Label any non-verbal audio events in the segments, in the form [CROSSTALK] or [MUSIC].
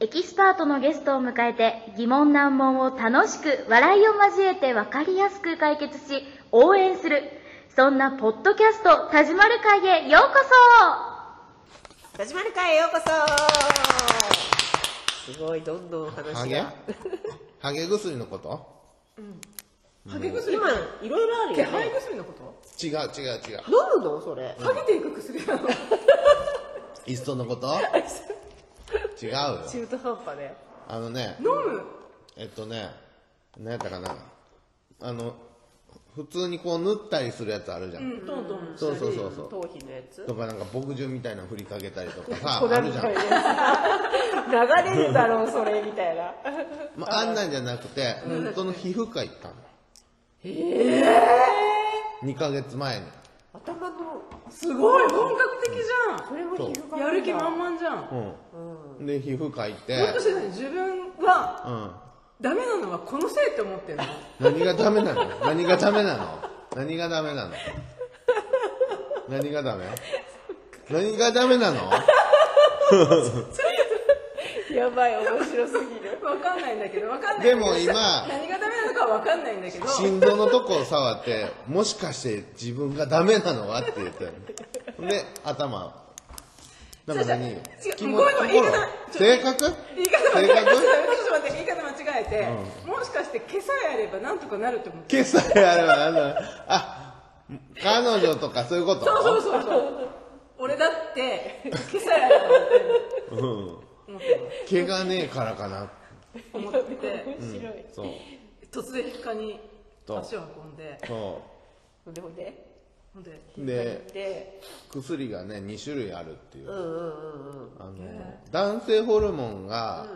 エキスパートのゲストを迎えて疑問難問を楽しく笑いを交えて分かりやすく解決し応援するそんなポッドキャスト「田島る会」へようこ田島る会へようこそすごいどんどんハ話 [LAUGHS] ゲがハゲ薬のことハゲ薬今いろいろある手よね配薬のこと違う違う違う。飲むのそれ下げていく薬なのいっそのこと違うよ。中途半端であのね、飲むえっとね、何やったかな。あの、普通にこう塗ったりするやつあるじゃん。トントンそうそうそうそう。頭皮のやつとかなんか牧汁みたいなの振りかけたりとかさ、粉あるみじゃたいんな。やつ流れるだろうそれみたいなまあ、あんなんじゃなくて、本当の皮膚科行ったの。え2ヶ月前に。頭のすごい本格的じこれも皮膚ゃ科んやる気満々じゃんもうん。で、皮膚科行って、っとして何自分はうん。ダメなのはこのせいって思ってんの何がダメなの何がダメなの何がダメなの何がダメ何がダメなのやばい面白すぎるわかんないんだけどわかんないでも今何がダメなのかわかんないんだけど心臓のとこを触ってもしかして自分がダメなのはって言ったよで頭なんか何違う違うこういうの言い方性格言い方間違性え格てちょっと待って言い方間違えて、もしかして毛さえあればなんとかなるって思って今朝やればなんだあ彼女とかそういうことそうそうそうそう俺だって毛さえあれば毛がねえからかな思って面白いそう突然皮膚科にそう足を運んでそほんでほんでほんでうでで薬がね2種類あるっていう,、うんうんうんあの男性ホルモンが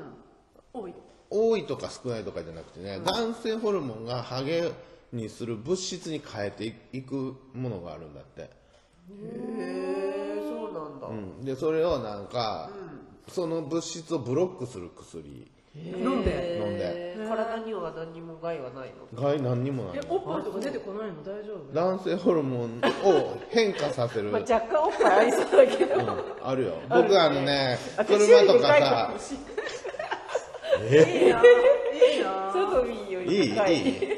多い多いとか少ないとかじゃなくてね、男性ホルモンがハゲにする物質に変えていいくものがあるんだって、へえそうなんだうん、でそれをなんか、その物質をブロックする薬飲んで飲んでえー体には何にも害はないの害何にもないえおのっぱいとか出てこないの大丈夫男性ホルモンを変化させる、 [LAUGHS] まあ若干おっぱいありそうだけどうんあるよ僕あのね [LAUGHS] 私よ車りとでかかいかさもしれないいいないいな外見よいりいいでかいい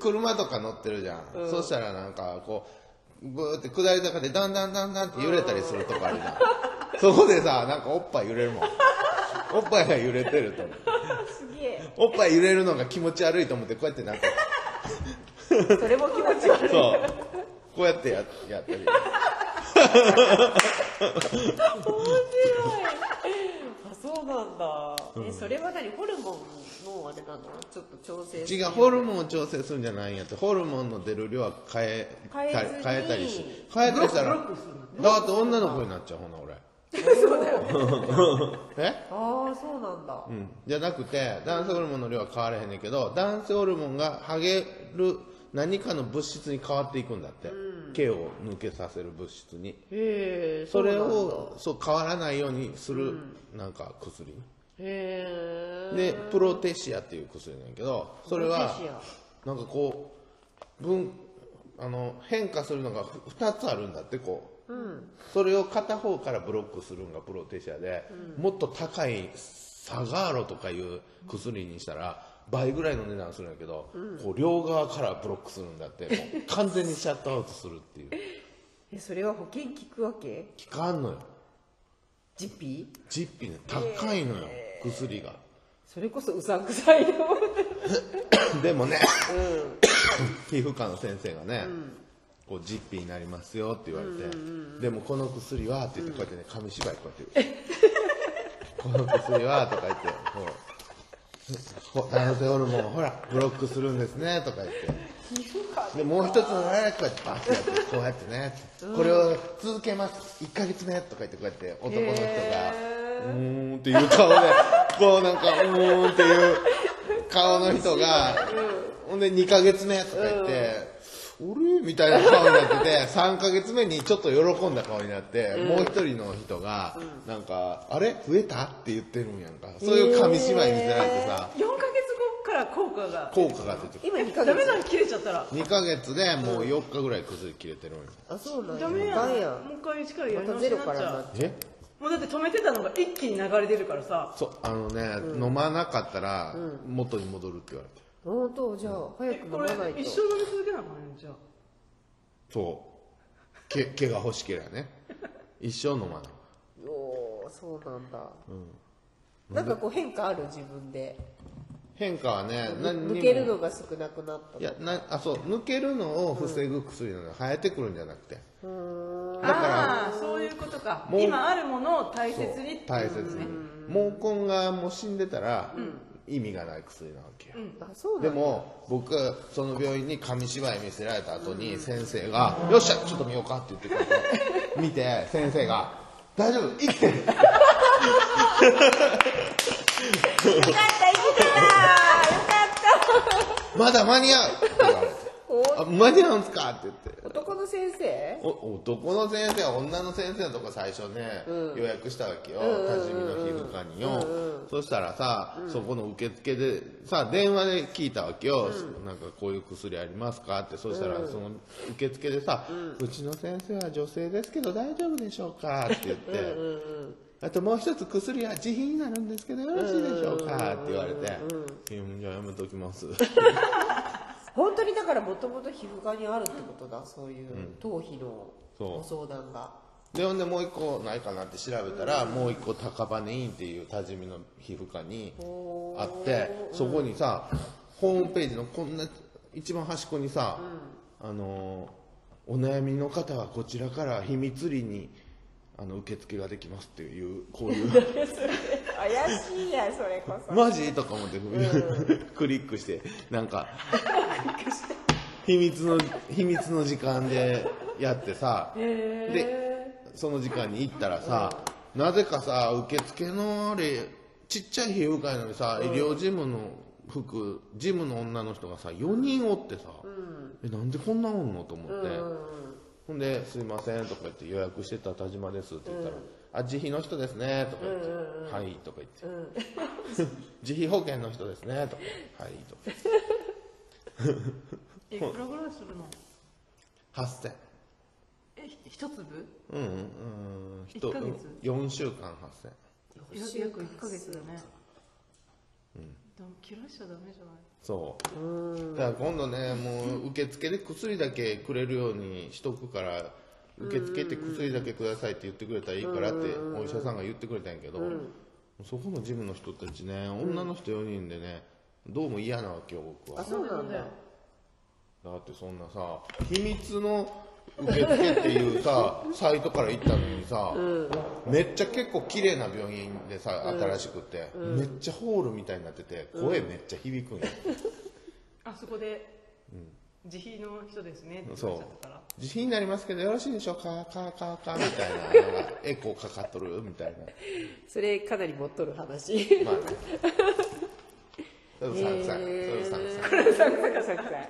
車とか乗ってるじゃん、そしたらなんかこうブーって下り坂でだんだんだんだんって揺れたりするとかあるじゃん [LAUGHS] そこでさなんかおっぱい揺れるもんおっぱいが揺れてると思すげえうおっぱい揺れるのが気持ち悪いと思ってこうやってなんかそれも気持ち悪いそうこうやってややったりあそうなんだ、えそれは何ホルモンのあれなのちょっと調整違うホルモンを調整するんじゃないんやってホルモンの出る量は変え変えたずに変えたりし変えたりしたらだって女の子になっちゃうほ [LAUGHS] な俺そうだよ [LAUGHS] えああそうなんだ、うんじゃなくて男性ホルモンの量は変わらへんねんけど男性ホルモンがハゲる何かの物質に変わっていくんだって、毛を抜けさせる物質にへえそれうなんだをそう変わらないようにする、なんか薬へえでプロテシアっていう薬なんやけどそれはプロテなんかこう分あの変化するのが2つあるんだってこう、それを片方からブロックするのがプロテシアで、もっと高いサガーロとかいう薬にしたら倍ぐらいの値段するんやけど、こう両側からブロックするんだってもう完全にシャットアウトする [LAUGHS] っていうえそれは保険聞くわけ効かんのよジッピー実費ね高いのよ、薬がそれこそうさんくさいよでもね、皮膚科の先生がね、こう実費になりますよって言われて、でもこの薬はって言ってこうやってね紙芝居こうやって [LAUGHS] この薬はとか言ってほらほ男性ホルモンほらブロックするんですねとか言ってでもう一つのねこうやってバッてやってこうやってね、これを続けます1ヶ月目とか言ってこうやって男の人がうーんっていう顔でこうなんかうーんっていう顔の人がほんで2ヶ月目とか言って、俺みたいな顔になってて、3ヶ月目にちょっと喜んだ顔になって、もう一人の人が、なんか、あれ増えたって言ってるんやんか。そういう紙芝居見せられてさ、 4ヶ月後から効果が効果が出てくる。今2ヶダメ月なの切れちゃったら2ヶ月でもう4日ぐらい薬切れてるんや。あそうなんやダメやんあかんやもんう一回一からやりまた直ゼしロになかっらちゃなうっえもうだって止めてたのが一気に流れ出るからさそうあのね、飲まなかったら元に戻るって言われて本当じゃあ早えく飲こまれないと一生飲み続けなのかねじゃあそうけ毛が欲しけりゃね一生飲まないおーそうなんだ、なんかこう変化ある自分で変化はね何にも抜けるのが少なくなったいやなあそう抜けるのを防ぐ薬なの、生えてくるんじゃなくてああーそういうことかもう今あるものを大切そうにって大切に毛根がもう死んでたら、意味がない薬なわけよ、あそうでなんだも僕はその病院に紙芝居見せられた後に先生が「よっしゃちょっと見ようか」って言ってくれて見 [LAUGHS] て先生が「大丈夫生きてる」よかった生きてたよかった [LAUGHS] まだ間に合うって言われて。おあ、間に合うんすかって言って。男の先生お男の先生女の先生のとこ最初ね、予約したわけよ、多治見の皮膚科によ、そしたらさ、そこの受付でさ電話で聞いたわけよ、なんかこういう薬ありますかってそしたらその受付でさ、うちの先生は女性ですけど大丈夫でしょうか?」って言ってあともう一つ薬は自費になるんですけどよろしいでしょうか?」って言われて「うんじゃあやめときます」本当にだからもともと皮膚科にあるってことだそういう頭皮のそうご相談がでほんでもう一個ないかなって調べたら、もう一個高羽院っていう多治見の皮膚科にあってそこにさホームページのこんな一番端っこにさ、あのーお悩みの方はこちらから秘密裏にあの受付ができますっていうこういう怪しいやそれこマジとか思って、クリックしてなん [LAUGHS] か秘密の秘密の時間でやってさ、でその時間に行ったらさ、なぜかさ受付のあれちっちゃい皮膚科やのにさ、医療事務の服事務の女の人がさ4人おってさ、えなんでこんなおんのと思って、ほんで「すいません」とか言って「予約してた田島です」って言ったら「あ自費の人ですね」とか言って「はい」とか言って「自費保険の人ですね」とか「はい」とかいくらぐらいするの「8000」えひ一粒うんうんうん人一ヶ月4週間8000約約1ヶ月だねでも切らしちゃダメじゃないそうだから今度ねもう受付で薬だけくれるようにしとくから受付って薬だけくださいって言ってくれたらいいからってお医者さんが言ってくれたんやけどそこのジムの人たちね女の人4人でねどうも嫌なわけよ僕はあそうなんだだってそんなさ秘密の受付っていうさサイトから行ったのにさ、めっちゃ結構綺麗な病院でさ新しくて、めっちゃホールみたいになってて声めっちゃ響くんよ、あそこで自費の人ですねって言っちゃっそたからう自費になりますけどよろしいでしょうかかかかみたいななんかエコーかかっとるみたいなそれかなり持っとる話まあねそれうさんくさい、それうさんくさいサクサクサクサ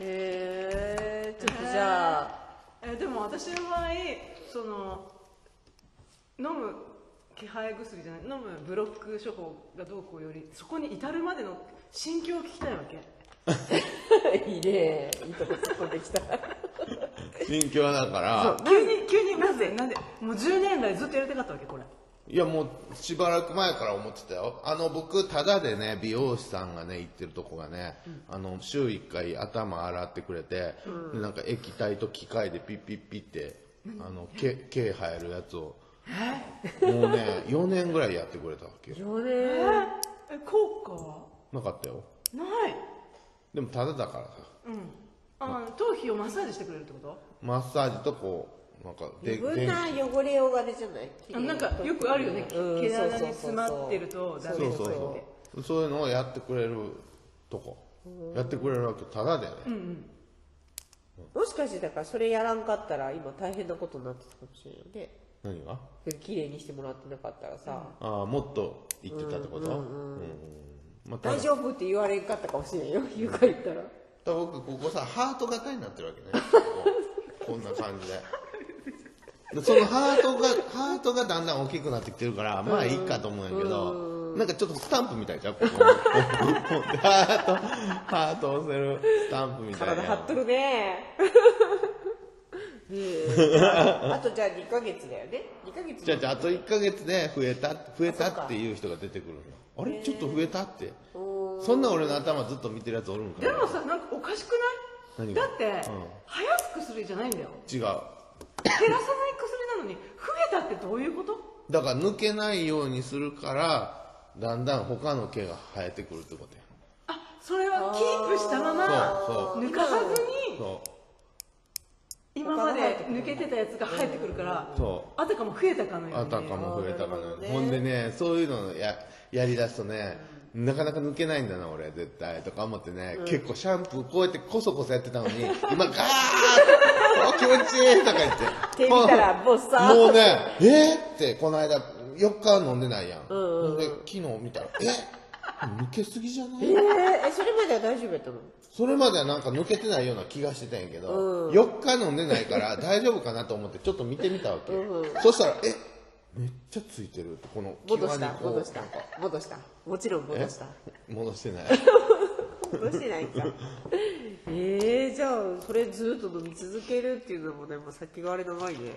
へえちょっとじゃあえでも私の場合その飲む気配薬じゃない飲むブロック処方がどうこうよりそこに至るまでの心境を聞きたいわけいいねいいとこ突っ込んできた心境はだから急に急になぜなぜもう10年来ずっとやりたかったわけこれいやもうしばらく前から思ってたよあの僕タダでね美容師さんがね行ってるとこがね、あの週1回頭洗ってくれて、でなんか液体と機械でピッピッピッってあの毛毛生えるやつをもうね4年ぐらいやってくれたわけよ [LAUGHS] 4年え効果はなかったよないでもタダだからさうんあ頭皮をマッサージしてくれるってこマッサージとこうなんか余で分な電汚れ汚れじゃないとあなんかよくあるよねうん毛穴に詰まってるとダメ気そうですそうってそうそういうのをやってくれるとこやってくれるわけタダでね、もしかしてだからそれやらんかったら今大変なことになってたかもしれないよね何がそれ綺麗にしてもらってなかったらさ、ああもっと言ってたってことうんまあただ大丈夫って言われんかったかもしれんよ言うか言ったらただ僕ここさハート型になってるわ [LAUGHS] けねこうこんな感じで [LAUGHS] でそのハートがハートがだんだん大きくなってきてるからまあいいかと思うんやけどなんかちょっとスタンプみたい [LAUGHS] じゃんこここうハート [LAUGHS] ハート押せるスタンプみたい体な張っとるねへえじゃああとじゃあ2ヶ月だよね2ヶ月じゃあじゃああと1ヶ月で増えた増えたっていう人が出てくるのよあれちょっと増えたってそんな俺の頭ずっと見てるやつおるんかでなもさなんかおかしくない何だがって、うん早す薬じゃないんだよ違う減らさない薬なのに増えたってどういうことだから抜けないようにするからだんだん他の毛が生えてくるってことやあそれはキープしたままそうそう抜かさずにそ今まで抜けてたやつが生えてくるからそあたかも増えたかのうようにあたかも増えたかなるなほどねほんでねそういうのややりだすとねなかなか抜けないんだな俺絶対とか思ってね、結構シャンプーこうやってコソコソやってたのに今ガーッお気持ちいいとか言って手見たらボッサーもうねえーってこの間4日飲んでないやん、で昨日見たらえ抜けすぎじゃないえーえそれまでは大丈夫やったのそれまではなんか抜けてないような気がしてたんやけど、4日飲んでないから大丈夫かなと思ってちょっと見てみたわけ、そしたら「えめっちゃついてる」ってこの戻し際たにこう戻したなんか戻したもちろん戻したえ戻し [LAUGHS] てない戻してないかえー、じゃあそれずっと飲み続けるっていうのもねもう先があれ長いね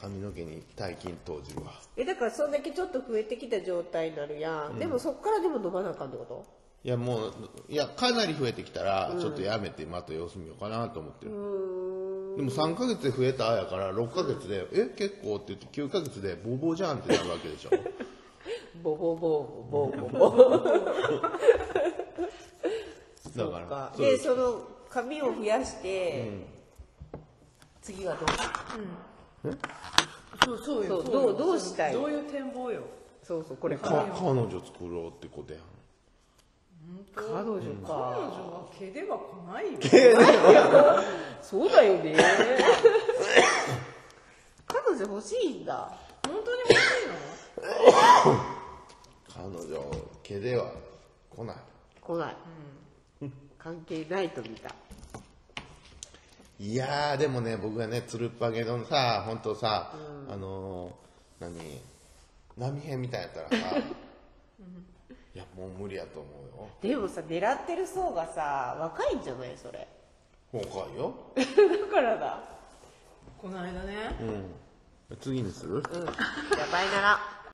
髪の毛に大金投じるわえだからそんだけちょっと増えてきた状態になるやん、でもそっからでも飲まなあかんってこといやもういやかなり増えてきたらちょっとやめてまた様子見ようかなと思ってる、でも3ヶ月で増えたやから6ヶ月で「え結構」って言って9ヶ月で「ボーボーじゃん」ってなるわけでしょボボボボボボボだ [LAUGHS] そうからかそうでその髪を増やして、次はどうそうそうよそうよどうどうしたいどういう展望よそうそうこれかか彼女作ろうってことやん彼女彼女か、は毛では来ないよそうだよね [LAUGHS] 彼女欲しいんだ本当に欲しいの彼女毛では来ない来ない、関係ないと見たいやーでもね僕がねつるっぱげのさ本当さ、あのー、何波平みたいやったらさいやもう無理やと思でもさ狙ってる層がさ若いんじゃないそれうよ若いよだからだこの間ねうん次にするうんやばいなら